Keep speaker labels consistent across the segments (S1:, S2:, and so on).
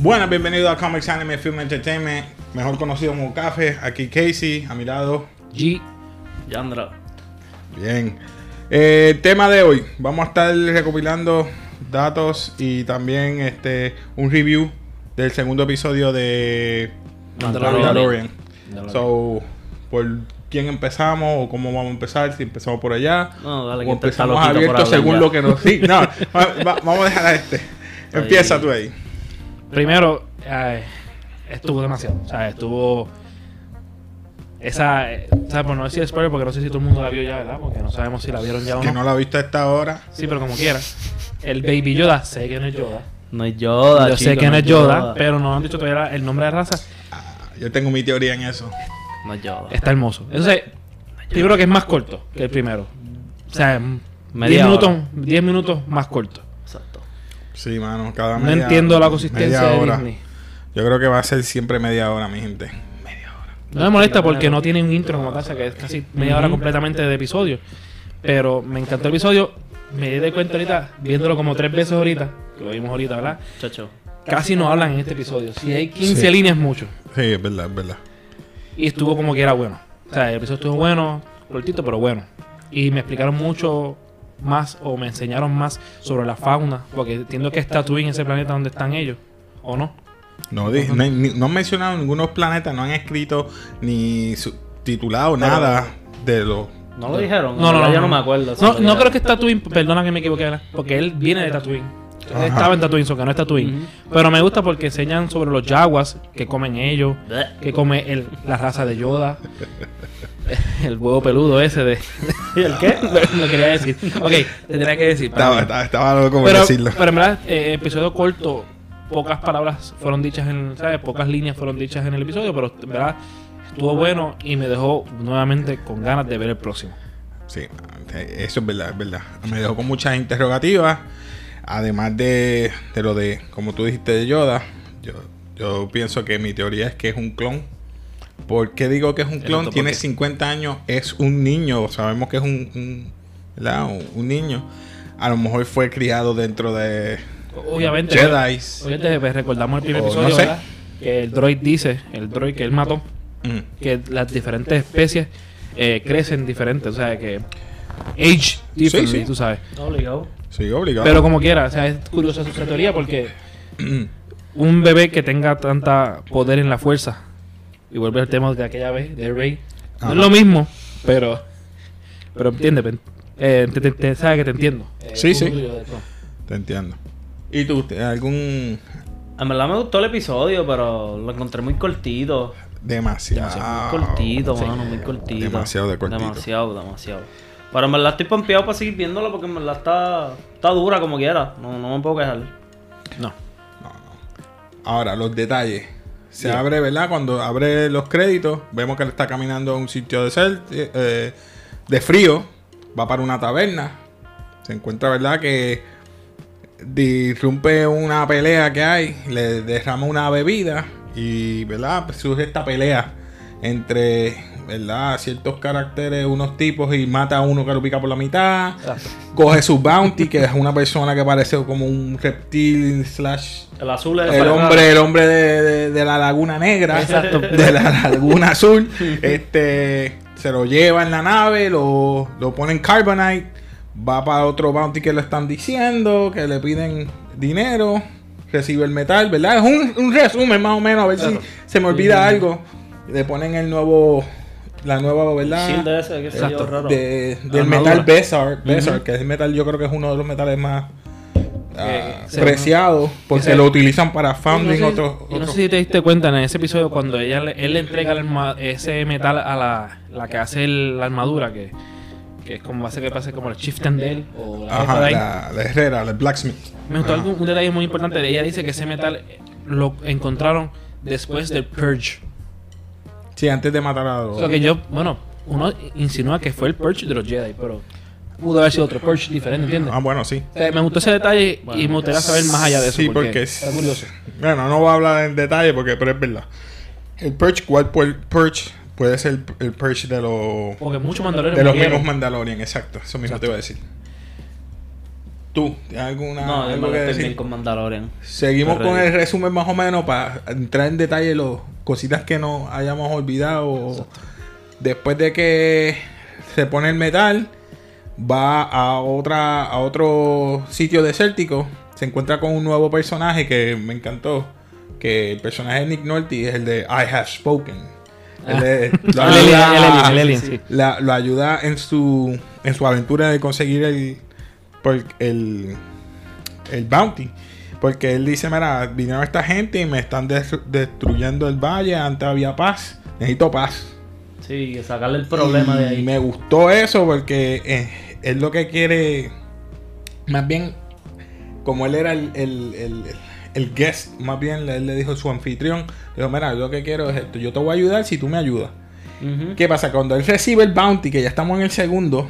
S1: Buenas, bienvenidos a Comics Anime Film Entertainment, mejor conocido como Café. Aquí Casey, a mi lado.
S2: G.
S3: Yandra.
S1: Bien. Eh, tema de hoy, vamos a estar recopilando datos y también este un review del segundo episodio de
S3: Mandalorian.
S1: Mandalorian.
S3: Mandalorian.
S1: So, por quién empezamos o cómo vamos a empezar, si empezamos por allá
S3: No, dale,
S1: o
S3: que está el
S1: empezamos
S3: loquito por
S1: abierto
S3: hablar
S1: según
S3: ya.
S1: lo que nos... Sí, no, va- va- vamos a dejar a este. Empieza tú ahí.
S2: Primero, eh, estuvo demasiado. O sea, estuvo. Esa. eh, o sea, por no decir spoiler, porque no sé si todo el mundo la vio ya, ¿verdad? Porque no sabemos si la vieron ya o
S1: Que
S2: no.
S1: no la viste hasta ahora.
S2: Sí, pero como quiera. El Baby Yoda, sé que no es Yoda.
S3: No es Yoda.
S2: Yo sé
S3: chico,
S2: que no es Yoda, pero no han dicho todavía el nombre de raza.
S1: Yo tengo mi teoría en eso.
S3: No es Yoda.
S2: Está hermoso. Entonces, yo creo que es más corto que el primero. O sea,
S3: Media
S2: 10 minutos, 10 minutos más corto.
S3: Exacto.
S1: Sí, mano, cada
S2: No
S1: media-
S2: entiendo la consistencia
S1: media
S2: de
S1: hora.
S2: Disney.
S1: Yo creo que va a ser siempre media hora, mi gente.
S2: No me molesta porque no tiene un intro como tal, o sea, que es casi media hora completamente de episodio. Pero me encantó el episodio. Me di cuenta ahorita, viéndolo como tres veces ahorita, que lo vimos ahorita, ¿verdad?
S3: Chacho.
S2: Casi no hablan en este episodio. Si hay 15
S1: Sí.
S2: líneas, mucho.
S1: Sí, es verdad, es verdad.
S2: Y estuvo como que era bueno. O sea, el episodio estuvo bueno, cortito, pero bueno. Y me explicaron mucho más o me enseñaron más sobre la fauna, porque entiendo que es Tatooine ese planeta donde están ellos, ¿o no?
S1: No, di- no, hay- ni- no han mencionado ningunos planetas, no han escrito ni su- titulado nada de los...
S3: No lo dijeron.
S2: No, no, no.
S3: Yo no me acuerdo.
S2: No, no creo que es Tatooine, perdona que me equivoqué, ¿verdad? porque él viene de Tatooine. Entonces,
S1: Ajá.
S2: Estaba en Tatooine, so que no es Tatooine. Pero me gusta porque enseñan sobre los yaguas que comen ellos,
S3: Bleh.
S2: que come el- la raza de Yoda, el huevo peludo ese de... ¿El qué? Lo, lo quería decir. Ok, te tenía que decir. para
S1: Estaba,
S2: mí.
S1: estaba, estaba loco por
S2: pero,
S1: decirlo.
S2: pero en verdad, eh, episodio corto, pocas palabras fueron dichas en, ¿sabes? Pocas líneas fueron dichas en el episodio, pero en verdad estuvo bueno y me dejó nuevamente con ganas de ver el próximo.
S1: Sí, eso es verdad, es verdad. Me dejó con muchas interrogativas. Además de, de lo de, como tú dijiste, de Yoda, yo, yo pienso que mi teoría es que es un clon. ¿Por qué digo que es un clon?
S3: doctor,
S1: Tiene
S3: ¿por qué?
S1: 50 años, es un niño. Sabemos que es un, un, ¿verdad? un, un niño. A lo mejor fue criado dentro de
S2: Obviamente.
S1: Jedi.
S2: Obviamente, pues, recordamos el primer
S1: O no
S2: episodio,
S1: sé.
S2: ¿verdad? Que el droid dice, el droid que él mató,
S1: Mm.
S2: que las diferentes especies eh, crecen diferentes, o sea, que age differently,
S1: Sí, sí.
S2: tú sabes.
S3: Obligado.
S1: Sí, obligado.
S2: Pero como quiera, o sea, es curiosa su teoría porque
S1: Mm.
S2: un bebé que tenga tanta poder en la fuerza, y vuelve al tema de aquella vez, de Rey, no
S1: Ajá.
S2: es lo mismo, pero, pero entiende, pen- eh, te, te- te- sabes que te entiendo. Eh,
S1: Sí,
S2: tú-
S1: sí.
S2: tú- tú-
S1: Te entiendo. ¿Y tú? te- ¿Algún
S3: En verdad me gustó el episodio, pero lo encontré muy cortito.
S1: demasiado?
S3: Demasiado muy cortito, mano, muy cortito.
S1: Ah, Demasiado de cortito.
S3: Demasiado, demasiado. Pero en verdad estoy pompeado para seguir viéndolo porque en verdad está, está dura como quiera. No, no me puedo quejar.
S2: No.
S1: Ahora, los detalles. Se abre, ¿verdad? Cuando abre los créditos, vemos que él está caminando a un sitio de sel- eh, de frío. Va para una taberna. Se encuentra, ¿verdad? Que disrumpe una pelea que hay. Le derrama una bebida. Y, ¿verdad? Pues surge esta pelea entre, ¿verdad? Ciertos caracteres, unos tipos. Y mata a uno que lo pica por la mitad. Coge su bounty, que es una persona que parece como un reptil slash
S3: El azul es
S1: el hombre, el hombre de, de- de la laguna negra,
S2: Exacto.
S1: de la laguna azul, este se lo lleva en la nave, lo, lo pone en Carbonite, va para otro bounty que lo están diciendo, que le piden dinero, recibe el metal, ¿verdad? Es un, un resumen más o menos, a ver si se me olvida algo. Le ponen el nuevo, la nueva, ¿verdad?
S3: Sí, de ese, qué sé yo,
S2: Exacto.
S3: raro.
S1: De- del
S2: Armadura.
S1: metal Besar, Besar, que es el metal, yo creo que es uno de los metales más ah,
S2: se-
S1: preciados, porque
S2: se-
S1: lo utilizan para
S2: Y no
S1: founding
S2: sé-
S1: otros.
S2: y no
S1: otros-
S2: sé si te diste cuenta en ese episodio cuando ella le- él le entrega el arma- ese metal a la, la que hace el- la armadura, que, que es como hace que pase como el chieftain de él. O la jefa
S1: Ajá,
S2: de ahí.
S1: la, la herrera, la blacksmith.
S2: Me gustó
S1: Ajá.
S2: algo- un detalle muy importante. de Ella dice que ese metal eh, lo encontraron después del Purge.
S1: Sí, antes de matar a
S2: O
S1: los.
S2: sea que yo, bueno, uno insinúa que fue el Purge de los Jedi, pero pudo haber sido otro Purge diferente, ¿entiendes?
S1: Ah, bueno, sí.
S2: O sea, me gustó ese detalle y me gustaría saber más allá de eso.
S1: Sí, porque,
S2: está curioso.
S1: Bueno, no voy a hablar en detalle porque, pero es verdad. El Purge, ¿cuál pu- el Purge? Puede ser el- el Purge de los.
S2: Porque muchos mandalorianos
S1: De los
S2: murieron.
S1: mismos Mandalorian, exacto. Eso mismo te iba a decir. Tú, ¿tienes alguna,
S3: No, yo
S1: algo que
S3: me la estoy
S1: decir?
S3: bien con Mandalorian.
S1: Seguimos
S3: Estoy
S1: con
S3: ready.
S1: el resumen más o menos para entrar en detalle las cositas que nos hayamos olvidado. Después de que se pone el metal, va a otra a otro sitio desértico, se encuentra con un nuevo personaje que me encantó, que el personaje de Nick Nolte es el de I Have Spoken. Él es- lo
S2: Ah. El alien,
S1: ayuda-
S2: el alien, el alien, sí.
S1: la- lo ayuda en su en su aventura de conseguir el por- el, el bounty porque él dice mira vinieron esta gente y me están des- destruyendo el valle antes había paz necesito paz
S3: Sí, que sacarle el problema de
S1: y
S3: ahí.
S1: me gustó eso porque eh, es lo que quiere más bien como él era el, el- el- el guest más bien él le dijo su anfitrión dijo mira yo lo que quiero es esto yo te voy a ayudar si tú me ayudas
S3: Ujú.
S1: ¿Qué pasa? Cuando él recibe el bounty, que ya estamos en el segundo,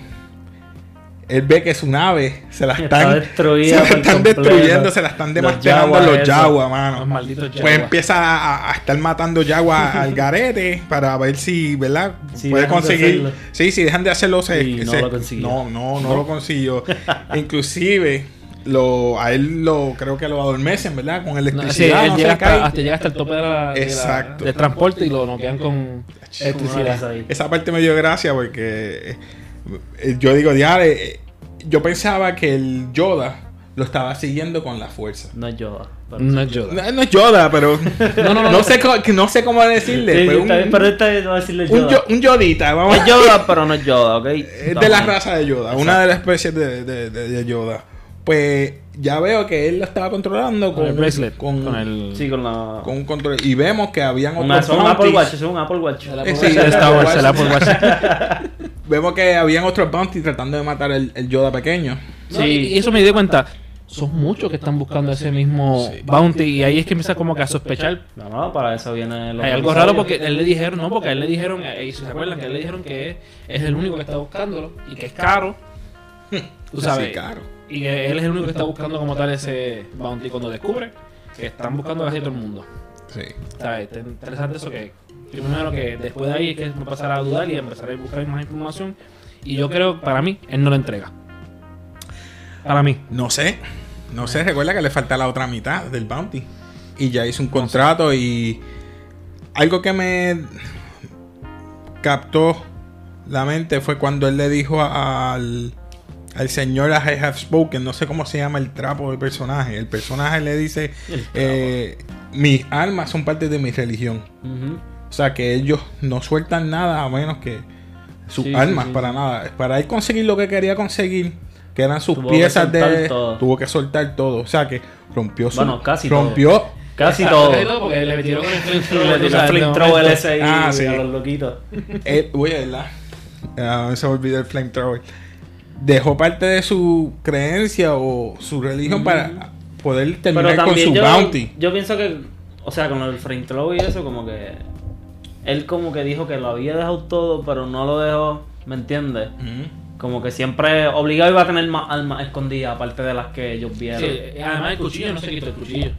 S1: él ve que su nave se la
S3: Está
S1: están,
S3: destruida
S1: se la
S3: por
S1: están
S3: completo.
S1: destruyendo, se la están
S3: Los
S1: demasterando
S3: yaguas,
S1: los
S3: eso.
S1: Jaguas,
S2: Los
S1: mano.
S2: malditos
S1: Pues
S2: yaguas.
S1: empieza a, a estar matando Jaguas al garete para ver si, ¿verdad?
S3: Si
S1: Puede
S3: dejan de
S1: conseguir.
S3: hacerlo.
S1: sí, si dejan de hacerlo, se.
S3: Y no
S1: se-
S3: lo consiguió.
S1: No, no, no lo consiguió. Inclusive. Lo, a él lo creo que lo adormecen, ¿verdad? Con
S2: No, sí,
S1: electricidad.
S2: él
S1: ah, no se
S2: llega
S1: cae.
S2: hasta, hasta llega hasta el tope de la, de la-
S1: Exacto.
S2: del transporte y lo noquean con electricidad.
S3: ahí.
S1: Esa parte me dio gracia porque eh, yo digo, diare, eh, yo pensaba que el Yoda lo estaba siguiendo con la fuerza.
S3: No es Yoda. pero-
S2: No es Yoda.
S1: No, no es Yoda, pero no, no, no, sé, co- que no sé cómo decirle.
S3: Sí,
S1: pero
S3: sí,
S1: un,
S3: está bien, pero esta vez no va a decirle
S1: un
S3: Yoda.
S1: yo- un Yodita, vamos.
S3: Es Yoda, pero no es Yoda, ¿ok?
S1: Es Eh, de la
S3: Estamos-
S1: raza de Yoda, una de las especies de, de- de- de Yoda. Pues ya veo que él lo estaba controlando con,
S2: Con el bracelet.
S1: con,
S2: Con, el.
S3: Sí, con la...
S1: con un control. Y vemos que habían
S3: un,
S1: otros
S3: es un Apple
S1: bounties.
S3: Watch, es un Apple Watch.
S2: el
S1: Eh,
S2: Apple
S1: sí,
S2: Watch,
S1: el
S2: el Star
S1: Apple
S2: Wars, el
S1: Watch.
S2: Apple Watch.
S1: Vemos que habían otros bounties tratando de matar el, el Yoda pequeño.
S2: No, y- y eso me di cuenta. Son muchos que están buscando ese mismo
S1: Sí.
S2: bounty. Y ahí es que empieza como que a sospechar.
S3: No, no, para eso viene... los
S2: Hay algo
S3: episodios.
S2: raro porque a él le dijeron, no, porque a él le dijeron, eh, y si se acuerdan que a él le dijeron que es, es el único que está buscándolo y que es caro. Tú sabes.
S1: Sí, claro.
S2: Y que él es el único que está buscando como tal ese bounty cuando descubre que están buscando casi todo el mundo.
S1: Sí.
S2: ¿Sabes? Está interesante eso que yo me imagino que después de ahí es que me pasará a dudar y empezaré a buscar más información. Y yo creo, para mí, él no la entrega. Para mí.
S1: No sé. No sé, recuerda que le falta la otra mitad del bounty. Y ya hizo un contrato y... Algo que me captó la mente fue cuando él le dijo a- al, al señor I have spoken, no sé cómo se llama el trapo del personaje. El personaje le dice, eh, mis almas son parte de mi religión.
S3: Ujú.
S1: O sea que ellos no sueltan nada a menos que sus
S3: Sí, sí,
S1: armas
S3: sí,
S1: para nada. Para él conseguir lo que quería conseguir, que eran sus
S3: Tuvo que
S1: piezas
S3: soltar
S1: de.
S3: todo.
S1: Tuvo que soltar todo. O sea que rompió su.
S3: Bueno, casi
S1: rompió.
S3: Casi todo.
S2: Porque- Porque le metieron con el flamethrower,
S3: Le
S2: tú
S3: tiró
S2: sabes, de
S3: flamethrower
S2: momento.
S3: ese ahí
S1: Ah, sí.
S3: a los loquitos.
S1: Eh, oye, ¿verdad? Ah, se me olvidó el flamethrower. Dejó parte de su creencia o su religión para poder terminar con su
S3: Mm. yo,
S1: bounty.
S3: yo pienso que, o sea, con el Frank Lowe y eso, como que él como que dijo que lo había dejado todo, pero no lo dejó, ¿me entiendes?
S1: Ujú.
S3: Como que siempre obligado iba a tener más almas escondidas, aparte de las que ellos vieron.
S2: Sí, además el cuchillo no se quitó el cuchillo.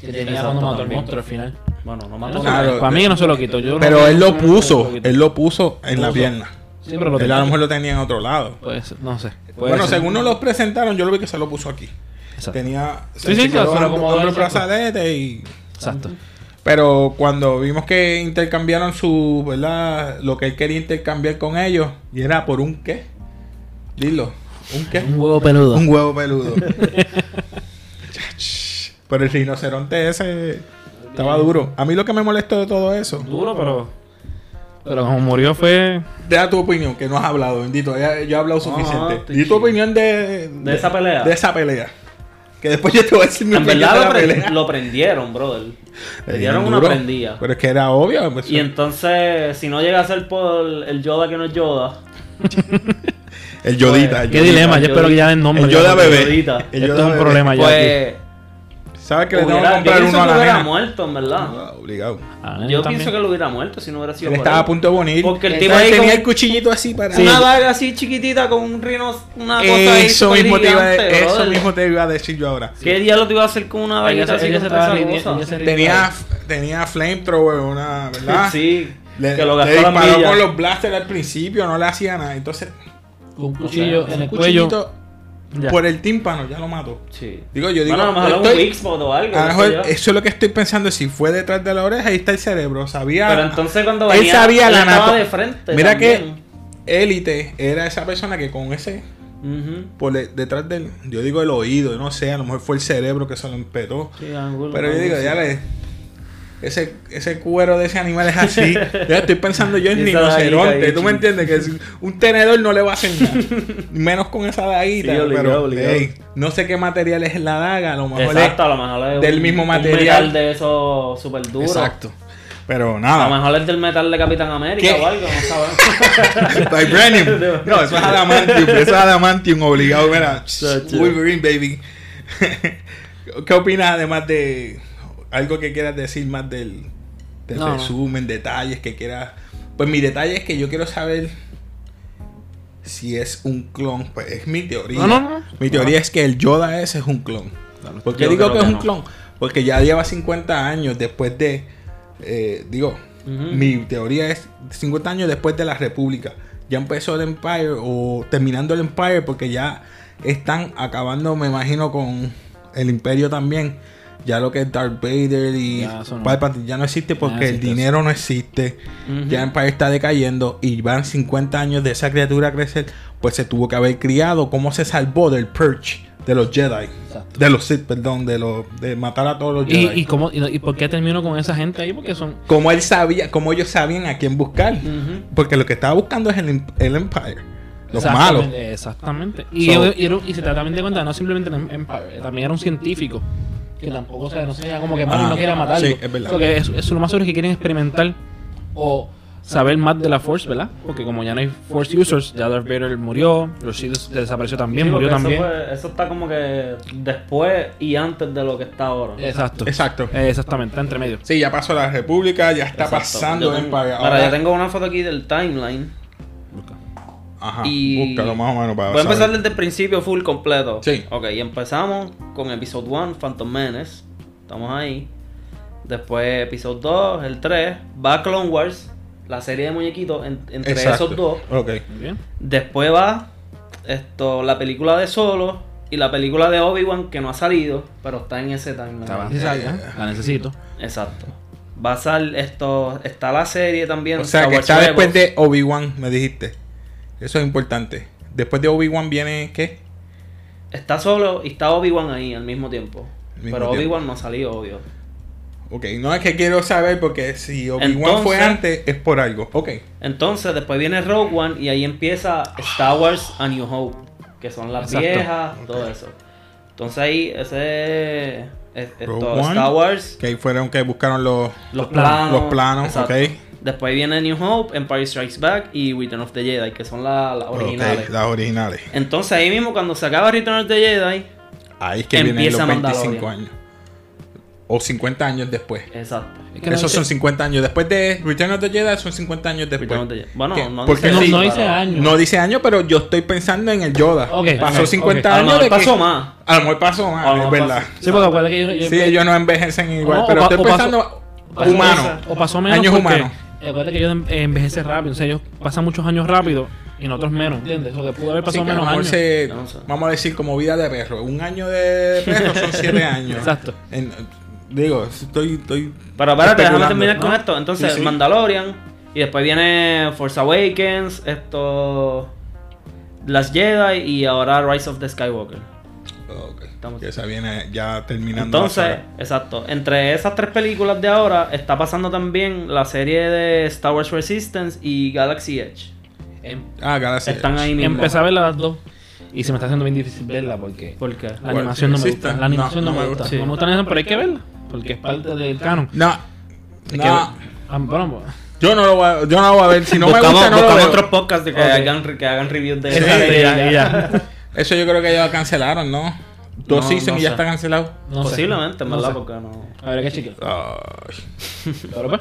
S2: Que tenía
S3: Exacto,
S2: cuando mató al
S3: también.
S2: monstruo al final.
S3: Bueno, no mató
S2: Claro,
S3: a
S1: Claro.
S2: Para mí que no se lo quitó. yo no-
S1: Pero él lo
S2: no
S1: puso.
S2: se quitó.
S1: Él lo puso en la
S2: Puso.
S1: pierna.
S2: Sí, pero lo
S1: Él a
S2: tenía.
S1: lo mejor lo tenía en otro lado.
S2: Pues, no sé. Puede
S1: bueno,
S2: ser.
S1: según nos lo presentaron, yo lo vi que se lo puso aquí.
S2: Exacto.
S1: Tenía
S2: Sí,
S1: se
S2: sí,
S1: quedó
S2: se lo
S1: dando-
S2: acomodó
S1: dando
S2: el saco.
S1: brazalete y
S2: Exacto.
S1: pero cuando vimos que intercambiaron su, ¿verdad? Lo que él quería intercambiar con ellos y era por un qué? Dilo, un qué?
S2: Un huevo peludo.
S1: Un huevo peludo. Chach. pero el rinoceronte ese estaba duro. A mí lo que me molestó de todo eso,
S2: Duro, pero. Pero como murió fue.
S1: deja tu opinión que no has hablado, bendito. Ya, yo he hablado suficiente.
S3: estoy
S1: Di tu
S3: chido.
S1: opinión de,
S3: De esa pelea.
S1: De esa pelea. Que después yo te voy a decir mi
S3: En
S1: opinión
S3: verdad
S1: de
S3: lo,
S1: la
S3: pre-
S1: pelea.
S3: lo prendieron, brother. Le dieron una
S1: duro.
S3: prendida.
S1: Pero es que era obvio. pues,
S3: Y entonces, si no llega a ser por el Yoda que no es Yoda,
S1: el Yodita. el
S2: Qué
S1: Yodita.
S2: dilema. Yo espero que ya den nombre.
S1: El Yoda
S2: ya, porque
S1: bebé.
S3: Yodita.
S1: El
S2: Esto
S1: Yoda
S2: es un
S1: bebé.
S2: problema ya. aquí.
S3: pues.
S1: ¿Sabes que le tengo que
S3: Hubiera, yo
S1: comprar uno
S3: pienso que
S1: a la
S3: hubiera
S1: nena?
S3: muerto, en verdad.
S1: Ah, Obligado.
S2: Ah,
S3: Yo
S2: también.
S3: pienso que lo hubiera muerto si no hubiera sido
S1: Él
S3: por
S1: estaba
S3: él.
S1: a punto de morir.
S3: Porque el
S1: Él
S3: tipo
S1: sabe,
S3: ahí
S1: tenía
S3: con-
S1: el cuchillito así para.
S3: Una daga así chiquitita con un rino, una cosa
S1: Eso,
S3: ahí
S1: mismo, te iba a-
S3: gigante,
S1: eso
S3: brother.
S1: mismo te iba a decir yo ahora.
S3: ¿Qué diablo te iba a hacer con una
S2: Ella
S3: vaguita
S2: se-
S3: así
S2: ella
S3: con
S2: se
S3: esa
S2: estaba rindiendo.
S3: cosa?
S2: ella se
S1: Tenía,
S2: rindió.
S1: tenía flamethrower, una, ¿verdad?
S3: Sí,
S1: Le,
S3: que lo
S1: le
S3: gastó la
S1: disparó
S3: milla.
S1: con los blasters al principio, no le hacía nada. Entonces,
S2: Con un cuchillo
S1: ese
S2: en el cuello.
S1: cuchillito
S2: Ya.
S1: por el tímpano, ya lo mató.
S3: Sí.
S1: Digo, yo digo,
S3: bueno, a lo mejor
S1: estoy-
S3: un Wixpot o algo.
S1: a lo
S3: qué sé
S1: mejor
S3: yo.
S1: eso es lo que estoy pensando, si fue detrás de la oreja, ahí está el cerebro, sabía...
S3: Pero entonces cuando
S1: él
S3: venía,
S1: sabía
S3: él
S1: la
S3: estaba
S1: anato-
S3: de frente.
S1: Mira
S3: también.
S1: que élite era esa persona que con ese
S3: Ujú.
S1: por le- detrás del, yo digo el oído, yo no sé, a lo mejor fue el cerebro que se lo empetó.
S3: Sí, ángulo,
S1: Pero yo
S3: ángulo,
S1: digo,
S3: sí.
S1: ya le, ese, ese cuero de ese animal es así. Ya estoy pensando yo en
S3: Y esa daguita
S1: rinoceronte,
S3: ahí,
S1: tú me
S3: chico.
S1: entiendes que si- un tenedor no le va a hacer nada. Menos con esa daguita.
S3: Sí, obligado,
S1: pero,
S3: obligado.
S1: ey, no sé qué material es la daga, a lo mejor es-
S3: Exacto, a lo mejor es
S1: del
S3: un-
S1: mismo
S3: un
S1: material.
S3: metal de eso súper duro.
S1: Exacto. Pero
S3: A lo
S1: nada.
S3: mejor es del metal de Capitán América
S1: ¿Qué?
S3: o algo, no sabemos.
S1: Vibranium. No, eso es adamantium. Eso es adamantium obligado. Mira, Wolverine, baby. ¿Qué opinas además de algo que quieras decir más del, del
S2: No, no.
S1: resumen, detalles que quieras? Pues mi detalle es que yo quiero saber si es un clon. Pues es mi teoría.
S2: No, no, no.
S1: Mi teoría es que el Yoda ese es un clon. ¿Por qué
S3: Yo
S1: digo
S3: creo
S1: que es
S3: que
S1: un
S3: no.
S1: clon? Porque ya lleva 50 años después de. eh, digo,
S3: Ujú.
S1: mi teoría es 50 años después de la República. Ya empezó el Empire o terminando el Empire porque ya están acabando, me imagino, con el Imperio también. Ya lo que es Darth Vader y
S2: Ya, eso no.
S1: Palpatine ya no existe porque el
S2: existe
S1: dinero no existe.
S3: Ujú.
S1: Ya el Empire está decayendo y van 50 años de esa criatura a crecer. Pues se tuvo que haber criado. ¿Cómo se salvó del Purge de los Jedi?
S2: Exacto.
S1: De los Sith, perdón, de, los, de matar a todos los
S2: ¿Y,
S1: Jedi.
S2: y, cómo, y, y por qué termino con esa gente ahí? Porque son.
S1: como él sabía, como ellos sabían a quién buscar.
S3: Ujú.
S1: Porque lo que estaba buscando es el, em- el Empire. Los
S2: Exactamente,
S1: malos.
S2: Exactamente. Y,
S1: So-
S2: y era- y se trata también de cuenta, no simplemente era un empire, también era un científico. Que tampoco, o sea, no sé, como que mano,
S1: Ah,
S2: no quiera matarlo.
S1: sí, es verdad.
S2: Porque eso, eso lo más seguro es que quieren experimentar o saber más de la Force, ¿verdad? Porque como ya no hay Force users, ya Darth Vader murió, los Sith desapareció también,
S3: Sí,
S2: murió
S3: porque
S2: también.
S3: Eso, fue- eso está como que después y antes de lo que está ahora.
S2: Exacto.
S1: Exacto.
S2: Eh, Exactamente, está entre medio.
S1: Sí, ya pasó la República, ya está
S3: Exacto.
S1: pasando
S3: Yo
S1: el
S3: tengo-
S1: Empire.
S3: Mira,
S1: Ahora-
S3: yo tengo una foto aquí del timeline.
S1: Ajá,
S3: y-
S1: búscalo más o menos para
S3: Voy a
S1: saber.
S3: empezar desde el principio full completo.
S1: Ah, Sí.
S3: Ok, y empezamos con episodio 1, Phantom Menace. Estamos ahí. Después episodio 2, el 3, va Clone Wars, la serie de muñequitos en- entre
S1: Exacto.
S3: esos dos.
S1: Ok.
S2: Muy bien.
S3: Después va esto, la película de Solo y la película de Obi-Wan que no ha salido, pero está en ese timeline.
S2: Está
S1: Eh,
S2: necesaria, La necesito.
S3: Exacto. Va a sal- esto, está la serie también.
S1: O sea,
S3: Star
S1: que
S3: Wars
S1: está después de
S3: Rebels.
S1: Obi-Wan, me dijiste. Eso es importante. Después de Obi-Wan viene, ¿qué?
S3: Está solo y está Obi-Wan ahí al mismo tiempo.
S1: Al mismo
S3: pero
S1: tiempo.
S3: Obi-Wan no salió, obvio.
S1: Ok, no es que quiero saber porque si Obi-Wan
S3: Entonces-
S1: fue antes es por algo. Ok.
S3: Entonces, después viene Rogue One y ahí empieza Star Wars A New Hope, que son las
S2: Exacto.
S3: viejas, todo eso. Entonces ahí, ese. es- es
S1: Rogue
S3: todo,
S1: One,
S3: Star Wars,
S1: Que ahí fueron que buscaron los...
S3: los planos.
S1: los planos,
S3: Ah, exacto.
S1: ok.
S3: Después viene New Hope, Empire Strikes Back y Return of the Jedi, que son la- las
S1: ok,
S3: originales.
S1: las originales.
S3: Entonces ahí mismo, cuando se acaba Return of the Jedi,
S1: Ahí es que
S3: Empieza
S1: vienen los 25
S3: Mandalorian.
S1: años. O 50 años después.
S3: exacto.
S2: Es que no
S1: Esos
S2: dice-
S1: son 50 años. Después de Return of the Jedi son 50 años después.
S3: Return of the Jedi. Bueno,
S1: ¿Qué?
S3: no
S1: Porque
S3: dice
S2: no,
S1: sí,
S2: no dice
S3: pero-
S2: años.
S1: No dice año, pero yo estoy pensando en el Yoda.
S2: Ok,
S1: pasó
S2: ok,
S1: 50
S2: ok.
S3: A lo
S1: años.
S3: mejor
S1: de que-
S3: pasó más.
S1: A lo mejor pasó más,
S3: A lo
S2: Ah,
S1: es
S3: mejor
S1: verdad.
S3: pasó.
S2: Sí, porque acuérdate que yo. yo-
S1: Sí, ellos no envejecen igual.
S2: No,
S1: pero
S2: o pa-
S1: estoy
S2: o pasó-
S1: pensando
S2: Pasó-
S1: humano.
S2: O pasó menos.
S1: Años
S2: porque,
S1: humanos.
S2: eh, Acuérdate que ellos eh, envejecen rápido. O sea, ellos pasan muchos años rápido y nosotros menos, ¿entiendes? O que pudo haber
S1: Sí,
S2: pasado
S1: que a lo
S2: menos
S1: mejor
S2: años.
S1: se-
S3: No sé.
S1: vamos a decir como vida de perro. Un año de perro son 7 años.
S2: Exacto.
S1: En- digo, estoy, estoy
S3: Pero espérate, déjame
S1: especulando.
S3: terminar con
S2: ¿no?
S3: esto. Entonces,
S1: Sí, sí.
S3: Mandalorian. Y después viene Force Awakens, esto. Las Jedi y ahora Rise of the Skywalker.
S1: Ok,
S3: Estamos-
S1: Que esa viene ya terminando. la
S3: Entonces,
S1: saga.
S3: exacto. Entre esas tres películas de ahora está pasando también la serie de Star Wars Resistance y Galaxy Edge.
S2: Em-
S1: Ah, Galaxy.
S3: Están ahí mismo.
S2: empecé a verla las dos y se me está haciendo bien difícil verla porque
S3: ¿Por qué?
S2: la
S1: Bueno,
S2: animación no me
S1: existe.
S2: gusta. La animación
S1: No,
S2: no,
S1: no
S2: me
S1: me
S2: gusta.
S3: gusta.
S2: No me gusta la animación, pero hay que verla porque es parte del canon.
S1: No.
S2: Hay que
S1: no,
S2: ver- Ah, bueno,
S1: yo no lo voy a, yo no lo voy a ver. Si no me gusta, no lo
S3: buscamos
S1: veo.
S3: otros podcasts de que,
S2: Ok.
S3: hagan, que hagan reviews de
S1: Sí.
S3: esa
S2: pues,
S3: serie.
S2: ya, ya.
S1: Eso yo creo que ya lo cancelaron, ¿no? Dos
S3: No,
S1: seasons
S3: no
S1: y ya
S3: sé.
S1: está cancelado.
S2: No sé.
S3: Posiblemente, en
S2: No
S3: ¿verdad?
S2: sé.
S3: Porque no.
S2: A ver, hay que chequear.
S4: Ah,
S1: Ay.
S2: Pero pues,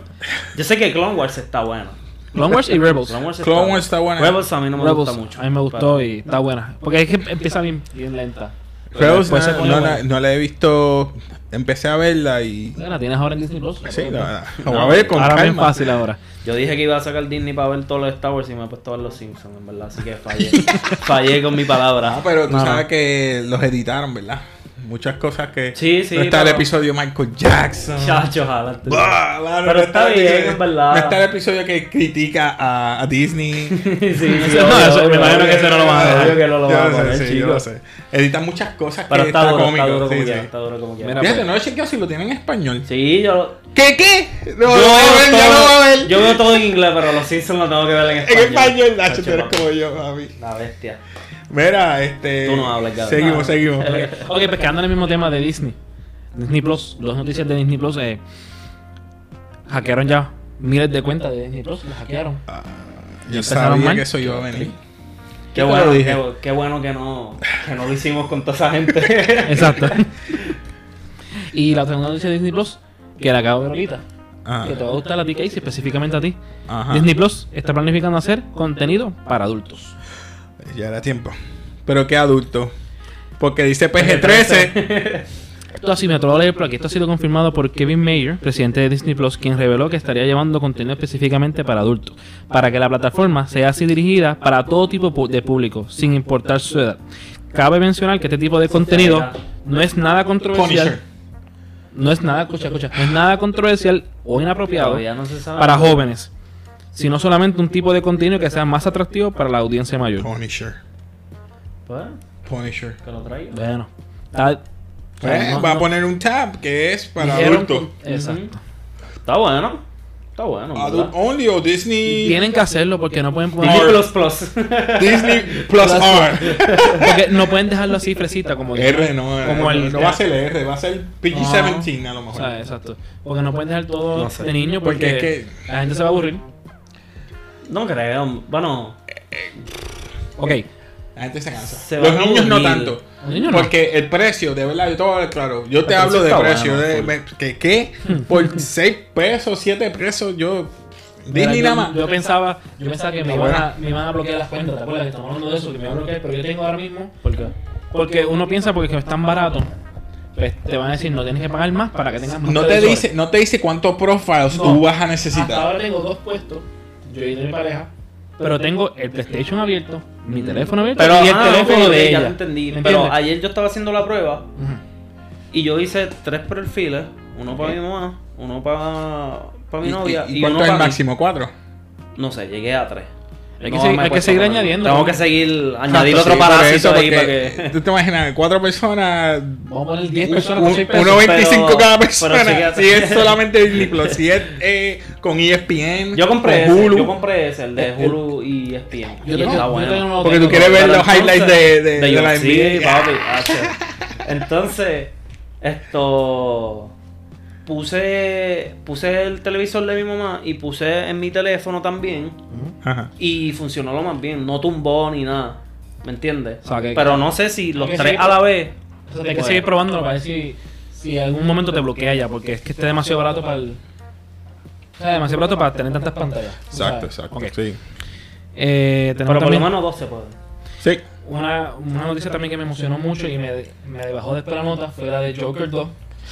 S3: Yo sé que Clone Wars está bueno.
S2: Clone Wars y Rebels.
S3: Clone Wars está,
S1: Clone Wars está buena.
S3: Rebels a mí no me
S2: Rebels,
S3: gusta mucho.
S2: A mí me gustó y está buena. Porque es que empieza bien, bien lenta.
S1: Crows,
S4: Después se
S1: no,
S4: pone
S1: no
S4: bueno.
S1: la, no la he visto. Empecé a verla y.
S2: La tienes ahora en Disney Plus.
S1: Sí, la, la- la voy
S2: No,
S1: a ver con
S2: ahora bien
S1: calma.
S2: fácil ahora.
S3: Yo dije que iba a sacar Disney para ver todos los Star Wars y me he puesto a ver los Simpsons, en verdad. Así que fallé. fallé con mi palabra.
S1: Ah, pero tú
S4: No, no.
S1: sabes que los editaron, ¿verdad? Muchas cosas que.
S3: Sí, sí,
S1: No está el
S3: pero-
S1: episodio Michael Jackson.
S3: Chacho, ojalá.
S1: Bah, claro,
S3: Pero
S1: no
S3: está
S1: el episodio-
S3: bien, es verdad.
S1: No está el episodio que critica a, a Disney.
S3: Sí, sí,
S4: No, eso- me imagino que ese
S3: eso
S4: no lo van a dejar.
S3: Yo que no lo
S1: Yo
S3: van a
S1: sé,
S3: poner,
S1: sí, yo
S3: chicos.
S1: lo sé. Editan muchas cosas
S3: Pero
S1: que
S3: está, duro, está duro
S1: cómico.
S3: como
S1: Sí,
S3: quiera,
S1: sí.
S3: está duro como quiera.
S2: Mira,
S1: Fíjate, no he chequeado si lo tienen en español.
S3: Sí, yo...
S1: ¿Qué, qué? No,
S3: yo,
S1: no, voy a ver,
S3: todo-
S1: yo no voy a ver.
S3: yo veo todo en inglés, pero los Simpsons los tengo que ver en
S1: En
S3: español.
S1: español, Nacho, tú eres
S3: papi,
S1: como yo, papi.
S3: La bestia.
S1: Mira, este.
S3: Tú no hablas, cabrón.
S1: Seguimos,
S3: Ah.
S1: seguimos.
S2: Ok, pues quedando en el mismo tema de Disney. Disney Plus, dos noticias de Disney Plus. eh, hackearon ya miles de cuentas de Disney Plus, las hackearon.
S1: Yo
S2: Empezaron
S1: sabía
S2: mal.
S1: que eso iba a venir.
S3: Qué
S1: Yo te
S3: bueno,
S1: lo dije.
S3: qué, qué bueno que no, que no lo hicimos con toda esa gente.
S2: Exacto. y la segunda noticia de Disney Plus, que la acabo de ver ahorita.
S1: Ah,
S2: Que te va a gustar a ti, Casey, específicamente a ti.
S1: Ajá.
S2: Disney Plus está planificando hacer contenido para adultos.
S1: Ya era tiempo. Pero qué adulto. Porque dice
S3: Pues
S1: PG-13.
S2: Esto así me atrevo a leer, pero aquí esto ha sido confirmado por Kevin Mayer, presidente de Disney Plus, quien reveló que estaría llevando contenido específicamente para adultos, para que la plataforma sea así dirigida para todo tipo pu- de público, sin importar su edad. Cabe mencionar que este tipo de contenido no es nada controversial.
S1: Punisher.
S2: No es nada, escucha, escucha, no es nada controversial o inapropiado
S3: Todavía no se sabe.
S2: para jóvenes, sino solamente un tipo de contenido que sea más atractivo para la audiencia mayor.
S1: Punisher.
S3: Pues,
S1: Punisher.
S3: que lo traiga.
S2: Bueno, está-
S3: Pues
S1: Eh,
S2: no-
S1: va a
S2: no-
S1: poner un tab que es para
S2: dijeron
S1: adultos.
S2: con- Exacto.
S3: Está bueno. Está bueno,
S1: Adult
S3: ¿verdad?
S1: only o Disney.
S2: Tienen que hacerlo porque no pueden poner-
S3: Disney
S1: Or-
S3: Plus Plus.
S1: Disney Plus R.
S2: Porque no pueden dejarlo así fresita como que-
S1: R no, eh,
S2: Como el-
S1: no va a ser R, va a ser PG-17
S3: Ah.
S1: a lo
S2: O
S1: mejor.
S2: sea, exacto. Porque no pueden dejar todo
S3: No sé.
S2: de niño porque,
S1: Porque es
S2: la gente se va a aburrir.
S3: no creo. Bueno,
S2: Ok.
S1: La gente se cansa.
S3: Se va
S1: Los
S3: a
S1: niños no
S3: aburrir.
S1: tanto.
S2: Los niños no.
S1: Porque el precio, de verdad, yo te voy a hablar claro. Yo te
S3: El
S1: hablo de precio.
S3: precio está bueno,
S1: de-
S3: full.
S1: me- que ¿Qué? Por 6 pesos, 7 pesos, yo.
S2: Mira,
S1: Disney
S2: yo-
S1: nada más.
S2: Yo pensaba, yo pensaba que me
S1: Ah,
S2: iban,
S1: bueno.
S2: a, me iban a bloquear las cuentas, ¿te acuerdas? Que estamos hablando de eso, que me iban a bloquear, pero yo tengo ahora mismo. ¿Por qué? Porque uno piensa porque que es tan barato, pues te van a decir no tienes que pagar más para que tengas más.
S1: No te,
S2: televisores.
S1: dice, no te dice cuántos profiles
S2: No.
S1: tú vas a
S2: Hasta
S1: necesitar.
S2: ahora tengo dos puestos, yo y mi pareja, pero tengo el PlayStation abierto, mi teléfono abierto
S3: pero
S2: y el
S3: ah,
S2: teléfono
S3: ok,
S2: de
S3: ya
S2: ella.
S3: lo entendí.
S2: ¿Me
S3: Pero
S2: entiendes?
S3: ayer yo estaba haciendo la prueba
S2: Ujú.
S3: y yo hice tres perfiles. Uno para
S2: Ok.
S3: mi mamá, uno para, para mi
S1: ¿Y-
S3: novia
S1: y,
S3: y,
S1: y
S3: uno
S1: cuánto es
S3: para
S1: el
S3: mí.
S1: máximo? ¿Cuatro?
S3: No sé, llegué a tres.
S2: Hay que
S3: me
S2: seguir-
S3: he
S2: hay que
S3: puesto
S2: seguir
S3: a poner.
S2: añadiendo.
S3: Tengo que seguir añadir
S1: Exacto,
S3: otro
S1: sí, por
S3: parásito
S1: eso,
S3: ahí para
S1: porque
S3: que.
S1: Tú te imaginas, cuatro personas.
S2: Vamos a poner 10 personas por 6 pesos.
S1: 1.25
S3: pero-
S1: cada
S3: pero
S1: persona.
S3: fíjate.
S1: Si es solamente Disney Plus, si es eh, con ESPN,
S3: Yo compré
S1: con
S3: ese,
S1: Hulu. Eh,
S3: yo compré ese, el de Hulu y ESPN.
S2: Yo
S3: Y
S2: tengo-
S3: está
S2: yo
S3: bueno.
S2: tengo uno
S1: Porque tú quieres ver
S3: Pero
S1: los highlights de, de, de la
S3: John Cena,
S1: NBA.
S3: papi, hacho. Entonces, esto puse puse el televisor de mi mamá y puse en mi teléfono también
S1: Ajá.
S3: y funcionó lo más bien, no tumbó ni nada. ¿Me entiendes?
S2: O sea, que-
S3: Pero no sé si los
S2: que
S3: tres
S2: sí,
S3: a la vez.
S2: O sea, hay que seguir probándolo para ver si, si en algún momento te bloquea ya, porque es que está demasiado barato para el. O sea, demasiado barato para tener tantas pantallas. tú sabes.
S1: Exacto, exacto.
S2: Ok.
S1: Sí.
S2: Eh, tenemos
S3: Pero por lo
S2: también
S3: menos dos se pueden.
S1: Sí.
S2: una, una noticia también que me emocionó mucho y me, me bajó de la nota fue la de Joker 2.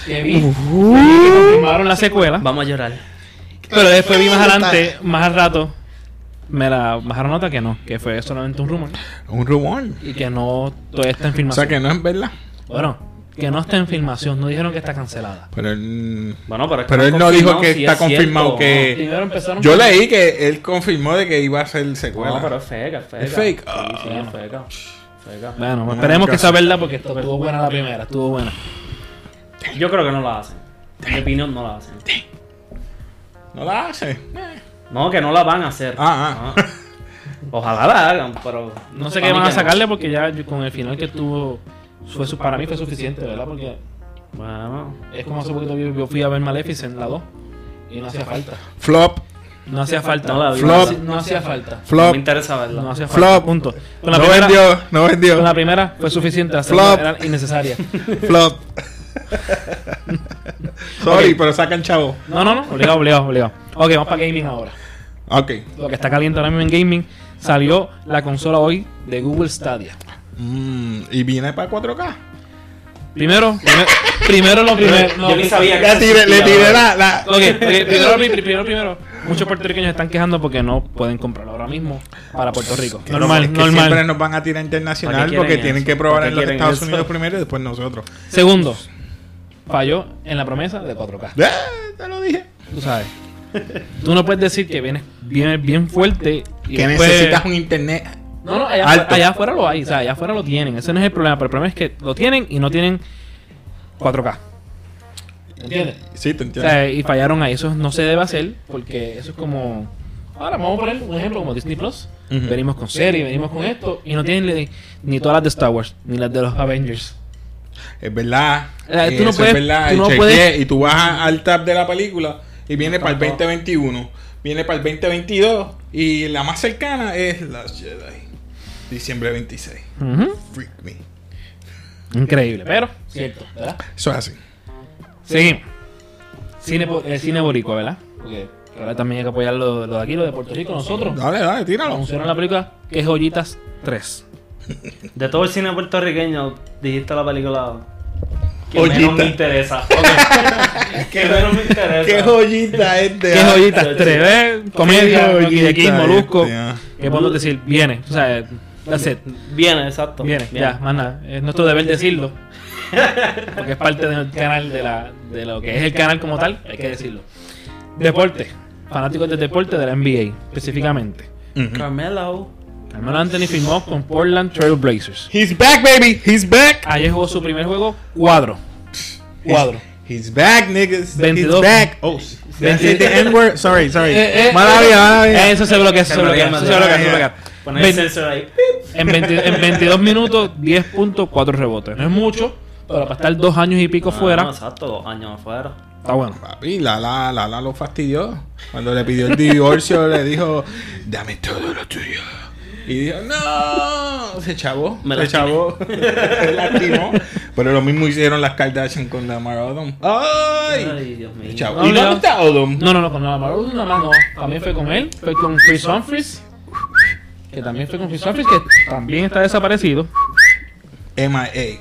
S2: Que vi. que confirmaron la secuela.
S3: Vamos a llorar.
S2: Pero después vi más adelante, más al rato, me la bajaron nota que no, que fue solamente un rumor
S1: Un rumor.
S2: y que no todavía está en
S1: O sea
S2: filmación.
S1: que no es verdad.
S2: Bueno, que no está en filmación, no dijeron que está cancelada.
S1: Pero él,
S3: Bueno, pero, es que
S1: pero
S3: no
S1: él
S3: han
S1: no dijo
S3: confirmado
S1: que
S3: si
S1: está
S3: es cierto
S1: confirmado
S3: o
S1: que.
S2: Primero empezaron
S1: Eh, Yo
S2: con-
S1: leí que él confirmó de que iba a ser
S3: no.
S1: secuela.
S3: No, pero es feca, es feca.
S1: Ah. Es fake.
S3: Sí,
S1: Ah.
S3: sí, es feca. Feca.
S2: Bueno,
S1: No,
S2: esperemos que
S1: casi.
S2: sea verdad porque esto- estuvo buena la primera, estuvo buena.
S3: Yo creo que no la hacen. En mi opinión, no la hacen.
S1: No la hace.
S3: No, que no la van a hacer.
S1: Ah,
S3: Ah. Ojalá la hagan, pero.
S2: No sé
S3: para
S2: qué
S3: mí
S2: van a
S3: que no.
S2: sacarle porque ya yo- con el final que tuvo fue su- para mí fue suficiente, ¿verdad? Porque
S3: Bueno,
S2: es como hace poquito yo, yo fui a ver Maleficent la 2 y no hacía falta.
S1: Flop.
S2: No hacía falta.
S3: No la vi.
S1: Flop.
S2: No hacía falta.
S3: no
S1: Flop.
S3: me interesa verla.
S2: No hacía falta.
S1: Flop.
S2: Punto. Con la
S1: No
S2: primera-
S1: vendió. No
S2: Con la
S1: vendió.
S2: primera fue suficiente, la segunda
S1: Flop.
S2: era innecesaria.
S1: Flop. Sorry, pero sacan chavo.
S2: No, no, no, obligado, obligado, obligado. Ok, vamos para gaming ahora.
S1: Ok.
S2: Lo que está caliente ahora mismo en gaming, salió la consola hoy de Google Stadia.
S1: Mm, y viene para 4K.
S2: Primero, primer- primero lo primero.
S3: Yo ni sabía que
S1: Le tiré, le tiré la, la-
S2: Ok, ok, primero, pri- primero, primero. Muchos puertorriqueños están quejando porque no pueden comprarlo ahora mismo para Puerto Rico.
S1: Que
S2: Normal,
S1: es que Siempre
S2: normal.
S1: nos van a tirar
S3: ¿Para
S1: internacional
S3: qué
S1: porque
S3: quieren
S1: tienen
S3: eso?
S1: que probar
S3: ¿Para
S1: en
S3: qué
S1: los
S3: quieren
S1: Estados
S3: eso?
S1: Unidos primero y después nosotros.
S2: Segundo, falló en la promesa de 4K.
S1: Eh, Te lo dije.
S2: Tú sabes. Tú no puedes decir que vienes, vienes bien fuerte y
S1: Que
S2: después-
S1: necesitas un internet.
S2: No, no, allá,
S1: Alto.
S2: afuera- allá afuera lo hay, o sea, allá afuera lo tienen. Ese no es el problema, pero el problema es que lo tienen y no tienen 4K. ¿Entiendes?
S1: Sí, te
S2: O
S1: entiendo.
S2: sea, y fallaron ahí. Eso no se debe hacer porque eso es como... Ahora vamos a poner un ejemplo como Disney Plus.
S1: Ujú.
S2: Venimos con series, venimos con esto y no tienen ni, ni todas las de Star Wars, ni las de los Avengers.
S1: Es verdad.
S2: Eh, tú no
S1: Eso
S2: puedes-
S1: es verdad.
S2: tú
S1: y,
S2: no
S1: chequeé,
S2: puedes-
S1: y tú vas a- al tab de la película y viene para el 2021. Viene para el 2022. Y la más cercana es Last Jedi. Diciembre 26.
S2: Ujú.
S1: Freak me.
S2: Increíble, pero... Cierto, ¿verdad?
S1: Eso es así.
S2: Seguimos. Cine, bo- el cine boricua, ¿verdad? Porque ahora también hay que apoyar lo, lo de aquí, lo de Puerto Rico, nosotros.
S1: Dale, dale, tíralo.
S2: Anunciaron la película que es Joyitas 3.
S3: De todo el cine puertorriqueño, dijiste la película que menos
S1: Ollita.
S3: me interesa. que menos me interesa.
S1: Qué joyita este.
S2: ¿Qué
S1: ah.
S2: Joyitas 3? ¿Ves? Comedia,
S1: Qué
S2: Rocky de King,
S1: joyita
S2: Molusco.
S1: este, ah.
S2: Que podemos decir, viene. O sea, that's it.
S3: Viene, exacto.
S2: Viene,
S3: Viene.
S2: ya, más nada. Es nuestro deber decirlo. Porque es parte del canal, de, la, de lo que es el canal como tal, hay que decirlo. Deporte. Fanáticos del deporte de la NBA, específicamente.
S1: Ujú.
S3: Carmelo.
S2: Hermano Anthony firmó con Portland Trail Blazers.
S1: He's back, baby. He's back.
S2: Ayer jugó su primer juego, cuadro. Cuadro.
S1: He's back, niggas.
S2: 22.
S1: He's back. Oh, did I say the N-word? Sorry, sorry.
S2: Eh, eh,
S1: mala vida, mala vida.
S2: Eso se bloquea, eso se bloquea, eso se bloquea, eso se bloquea.
S3: Pon el
S2: Vein-
S3: sensor ahí.
S2: En, 20 en 22 minutos, 10 puntos, 4 rebotes. No es mucho, pero para estar dos años y pico
S3: Ah,
S2: fuera,
S3: exacto, dos años afuera.
S2: está bueno.
S1: Papi, la la, la la lo fastidió. Cuando le pidió el divorcio, le dijo, dame todo lo tuyo. Y dijo, no, se chavó,
S3: Me
S1: se
S3: lastimé.
S1: chavó, se lastimó. Pero lo mismo hicieron las Kardashian con la Odom.
S3: Ay,
S1: ¡Ay!
S3: Dios mío.
S1: Se chavó.
S2: No,
S1: ¿Y
S2: no.
S1: dónde está Odom?
S2: No, no, no, con la Maru nada más no. También fue con él, fue con Chris Humphries. Que también fue con Chris Humphries, que también está desaparecido.
S1: MIA.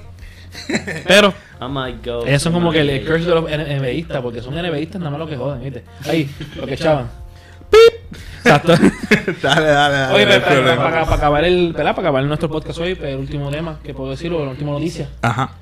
S2: Pero
S3: Oh my god.
S2: ellas son como que el curse de los NBAistas, porque son NBAistas nada más lo que jodan, ¿viste? Ahí, lo que echaban. Exacto.
S1: dale, dale, dale.
S2: Oye,
S1: no hay
S2: pero para,
S1: problema.
S2: para- para acabar el, ¿verdad? para acabar nuestro podcast hoy, el último tema que puedo decirlo, la última noticia,
S1: Ajá.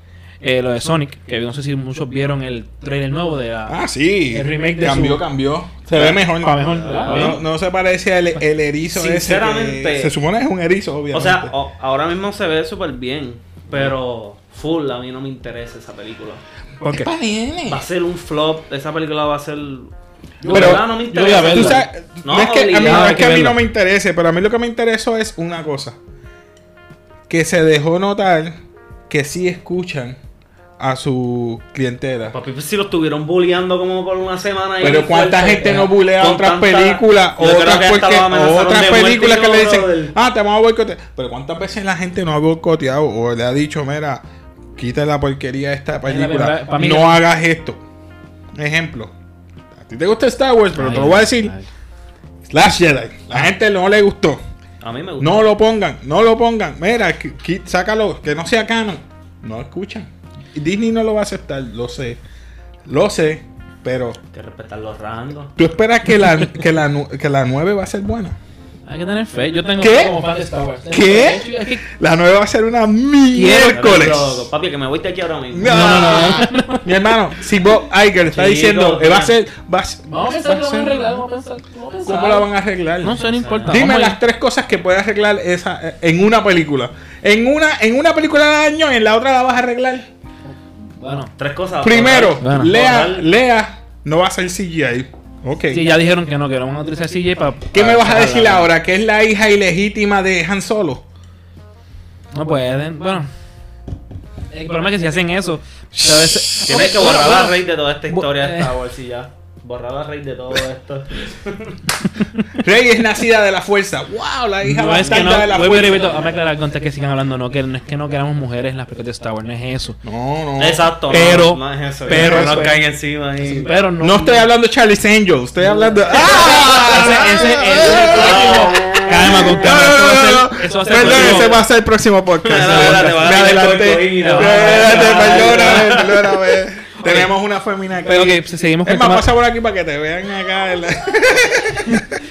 S2: eh, lo de Sonic, que no sé si muchos vieron el trailer nuevo de la...
S1: Ah, sí.
S2: El remake de
S1: cambió,
S2: su-
S1: cambió. Se ve mejor.
S2: Pa' mejor, ¿verdad?
S1: No, no, no se parece al el erizo ese que-
S3: Sinceramente.
S1: se supone que es un erizo, obviamente.
S3: O sea, o- ahora mismo se ve súper bien, pero full, a mí no me interesa esa película.
S2: ¿Por qué?
S1: Pa' nene.
S3: Va a ser un flop, esa película va a ser...
S2: Pero,
S3: ¿verdad? no me
S2: yo voy a
S3: interesa.
S1: Tú
S2: verla.
S1: sabes,
S3: No,
S1: no es que, a mí, no
S3: obligado,
S1: es que a mí
S2: verla.
S1: no me interese, pero a mí lo que me interesó es una cosa. Que se dejó notar que sí escuchan a su clientela.
S3: Papi, pues si lo estuvieron bulleando como por una semana ahí
S1: Pero cuánta
S3: fuerte.
S1: gente no bulea
S3: Con
S1: otras
S3: tanta-
S1: películas,
S3: Yo creo
S1: otras,
S3: que hasta
S1: porque-
S3: lo amenazaron
S1: otras
S3: de muerte y
S1: películas que
S3: todo,
S1: le dicen,
S3: brother.
S1: ah, te vamos a boicotear. Pero cuántas veces la gente no ha boicoteado o le ha dicho, mira, quita la porquería de esta película,
S2: verdad, pa' mí que-
S1: no hagas esto. Ejemplo, a ti te gusta Star Wars, pero
S2: Ay,
S1: te lo voy a decir,
S2: ay.
S1: Slash Jedi, la gente no le gustó.
S3: A mí me gusta.
S1: No lo pongan, no lo pongan. Mira, qui- qui- sácalo, que no sea canon. No escuchan. Y Disney no lo va a aceptar, lo sé. Lo sé, pero
S3: Hay que respetar los rangos.
S1: ¿tú esperas que la, que la, nu- que la 9 va a ser buena?
S2: Hay que tener fe. Yo tengo
S1: ¿Qué?
S2: fe como fan de Star Wars.
S1: ¿Qué?
S2: Es que-
S1: La 9 va a ser una miércoles.
S3: Loco, Papi, que me voy de aquí ahora mismo.
S1: No, Mi hermano, si Bob Iger está
S3: Chico,
S1: diciendo, eh, va a
S3: ya.
S1: ser. Va a ser-
S2: Vamos a
S1: va
S2: pensar,
S1: a
S2: lo vamos a
S1: ser-
S2: arreglar, vamos a pensar. vamos a pensar.
S1: ¿Cómo la van a arreglar?
S2: No sé, no importa.
S1: Dime
S2: vamos a-
S1: las tres cosas que puede arreglar esa eh, en una película. En una, en una película de año, en la otra la vas a arreglar.
S2: Bueno,
S3: Tres cosas.
S1: Primero,
S2: Bueno.
S1: Lea,
S3: Ojalá.
S1: Lea no va a ser CGI. Ok.
S2: sí, ya dijeron que no, que no van a utilizar CJ para.
S1: ¿Qué me vas a decir ahora? ¿Que es la hija ilegítima de Han Solo?
S2: No pueden. Bueno. El problema es que si hacen eso. se va a hacer-
S3: Tienes
S2: Ok,
S3: que borrar
S2: bueno,
S3: la raíz de toda esta
S2: Bu-
S3: historia de
S2: eh.
S3: Star Wars y ya. Borrar la raíz de todo esto.
S1: Rey es nacida de la fuerza. ¡Wow! La hija
S2: No es
S1: bastarda
S2: que no,
S1: de la
S2: vuelvo y
S1: fuerza.
S2: repito, vamos a aclarar con que sigan hablando, no, que no es que no queramos mujeres en las películas de Star Wars, no es eso.
S1: No, no.
S3: Exacto. no,
S2: Pero-
S3: No, es eso.
S2: pero-
S3: no nos caen encima ahí.
S2: Pero no.
S1: No estoy hablando de Charlie's Angel, estoy hablando. ¡Ah!
S2: Ese- ese- ese-
S1: ¡Ah!
S2: calma, con
S1: No,
S2: calma.
S1: no,
S2: Eso va
S1: no,
S2: a
S1: no,
S2: ser-
S1: no.
S2: Eso va a
S1: Perdón,
S2: ser.
S1: ese
S2: próximo.
S1: va a ser el próximo podcast.
S3: No, no, no, te van a
S1: me
S3: meter
S1: adelanté.
S3: cortina.
S1: Me adelanté,
S3: Ay,
S1: perdóname, perdóname. Tenemos una femina aquí.
S2: Pero ok, pues, seguimos con
S1: es
S2: el
S1: más,
S2: tema.
S1: pasa por aquí para que te vean acá. en la-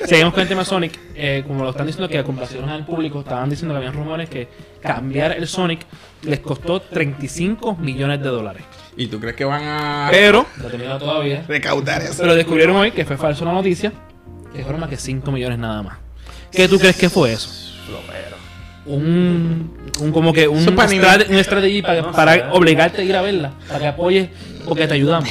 S2: Seguimos con el tema Sonic. Eh, como lo están diciendo que complacieron al público, estaban diciendo que habían rumores que cambiar el Sonic les costó 35 millones de dólares.
S1: ¿Y tú crees que van a
S2: Pero, no terminado todavía.
S1: recaudar eso?
S2: Pero descubrieron hoy que fue falsa la noticia, que fueron más que 5 millones nada más. ¿Qué tú crees que fue eso? Un, un como que un,
S1: Eso es para
S2: strate-
S1: animar.
S2: una estrategia para,
S3: No,
S2: para
S3: sí, ¿verdad?
S2: obligarte a ir a verla, para que apoyes, porque te ayudamos.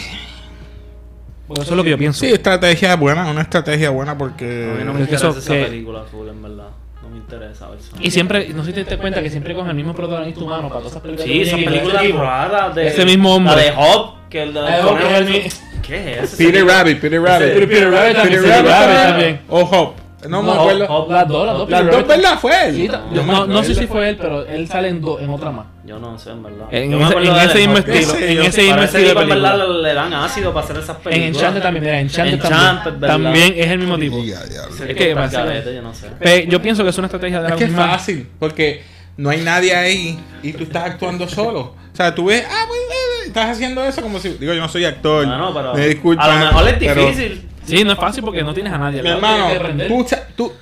S2: Porque eso es lo que yo pienso.
S1: Sí, estrategia buena, una estrategia buena porque.
S3: A mí no me
S2: Es que
S3: interesa
S2: Eh, eso-
S3: esa
S2: que-
S3: película full, en verdad. No me interesa ver Sonic.
S2: Y siempre, no sé si te das cuenta que siempre con el mismo protagonista humano para todas esas películas.
S3: Sí,
S2: de
S3: esas
S2: muñequitos,
S3: películas
S2: ese tipo.
S3: raras de.
S2: Ese mismo hombre.
S3: La de Hop, que el de.
S2: Ah, ok, es el mi-
S3: ¿Qué es eso?
S1: Peter Rabbit, Peter Rabbit.
S2: Peter- Peter Rabbit también,
S1: Peter
S2: Peter
S1: Rabbit
S2: Rabbit
S1: también. O Hope. No, me
S2: No,
S1: acuerdo.
S3: Hop,
S2: Las dos, las dos.
S1: Las
S2: Peter
S1: dos,
S2: Rabbit.
S1: ¿verdad? Fue él.
S2: Sí, ta- yo
S1: me
S2: No, no sé
S1: acuerdo.
S2: si fue él, pero él sale en, do- en otra más.
S3: Yo no sé, en verdad.
S2: En,
S3: Yo me
S2: ese,
S3: acuerdo
S2: en
S3: de
S2: ese
S3: The
S2: mismo
S3: Hop.
S1: Qué
S2: estilo.
S1: sé
S2: En
S1: yo.
S2: ese mismo
S3: Para ese
S2: estilo de
S3: tipo, en
S2: película.
S3: verdad, le, le dan ácido para hacer
S1: Pues
S3: esas
S2: En
S3: películas.
S2: Enchanted también, mira, Enchanted,
S3: Enchanted,
S2: también.
S3: ¿verdad?
S2: También es el mismo tipo.
S1: Ya, diablo.
S3: Ese
S2: Es
S3: tipo
S2: que
S3: está
S2: pasa-
S3: carete, yo no sé.
S2: Pe- yo pienso que es una estrategia de la
S1: Es que es
S2: misma-
S1: fácil, porque no hay nadie ahí y tú estás actuando solo. O sea, tú ves, ah, pues, eh, estás haciendo eso como si. Digo, yo no soy actor.
S3: Ah, no, pero
S1: me disculpa.
S3: a lo mejor es
S1: pero-
S3: difícil.
S2: Sí, no es fácil porque no tienes a nadie. al
S1: Mi
S2: lado,
S1: hermano,
S2: tienes que aprender.
S1: tú, sa- tú-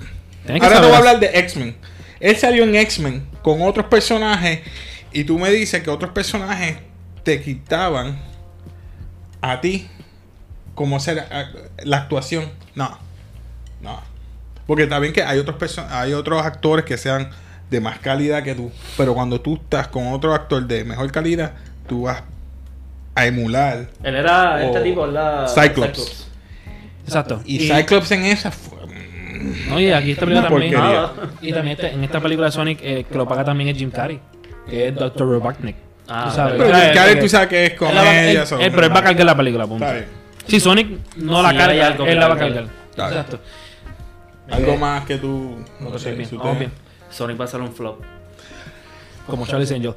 S2: Tienes que
S1: ahora te voy
S2: saber
S1: a
S2: hacer-
S1: hablar de X-Men. Él salió en X-Men con otros personajes y tú me dices que otros personajes te quitaban a ti como ser a- la actuación. No, no. Porque está bien que hay otros perso- hay otros actores que sean de más calidad que tú, pero cuando tú estás con otro actor de mejor calidad, tú vas a emular.
S3: Él era este
S1: O
S3: tipo, ¿verdad?
S1: Oh. Cyclops.
S2: Exacto.
S1: Y, Cyclops en esa fue
S2: No, y aquí esta película
S1: Una
S2: también.
S1: porquería.
S3: Nada.
S2: Y también este- en esta película de Sonic, eh, que lo paga también es Jim Carrey, que es Dr. Robotnik.
S3: Ah,
S2: Tú sabes.
S1: Pero
S2: Trae-
S1: Jared,
S2: porque-
S1: tú sabes que es
S2: Él la va- él-
S1: comedia. son-
S2: él- pero él va a cargar la película, punto.
S1: Está bien.
S2: Si Sonic no la
S3: Si hay
S2: carga,
S3: algo que
S2: él la va a
S3: cargar.
S2: cargar.
S1: Está bien.
S2: Exacto.
S1: Algo más que tú.
S2: No,
S1: sé,
S2: bien,
S1: su
S2: vamos
S1: tema.
S2: bien.
S3: Sonic va a ser un flop.
S2: Como Charlie Angel.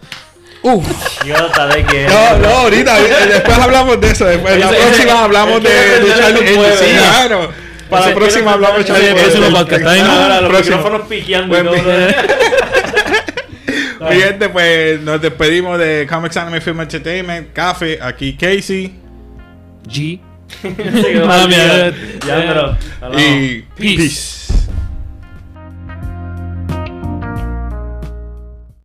S1: Uf.
S3: Yo estaré que.
S1: No, no, ahorita. eh, Después hablamos de eso. Después, la
S2: Ese- ese-
S1: próxima hablamos
S3: es que
S1: de, de
S3: ese- ese-
S1: Charlie
S3: ese-
S1: Angel. Sí,
S3: ese-
S1: claro. Para la
S3: ese-
S1: próxima
S3: ese-
S1: hablamos de
S3: ese-
S1: Charlie
S2: ese- ese-
S1: Angel.
S2: podcast, está bien.
S3: Ahora, los
S1: Próximo.
S3: micrófonos piqueando y
S1: Buen
S3: todo.
S1: Mi gente, pues nos despedimos de Comics Anime Film Entertainment. Café, aquí Casey.
S2: G.
S3: Sí,
S2: Mala mía.
S3: Ya, pero.
S1: Y.
S2: Peace.
S1: peace.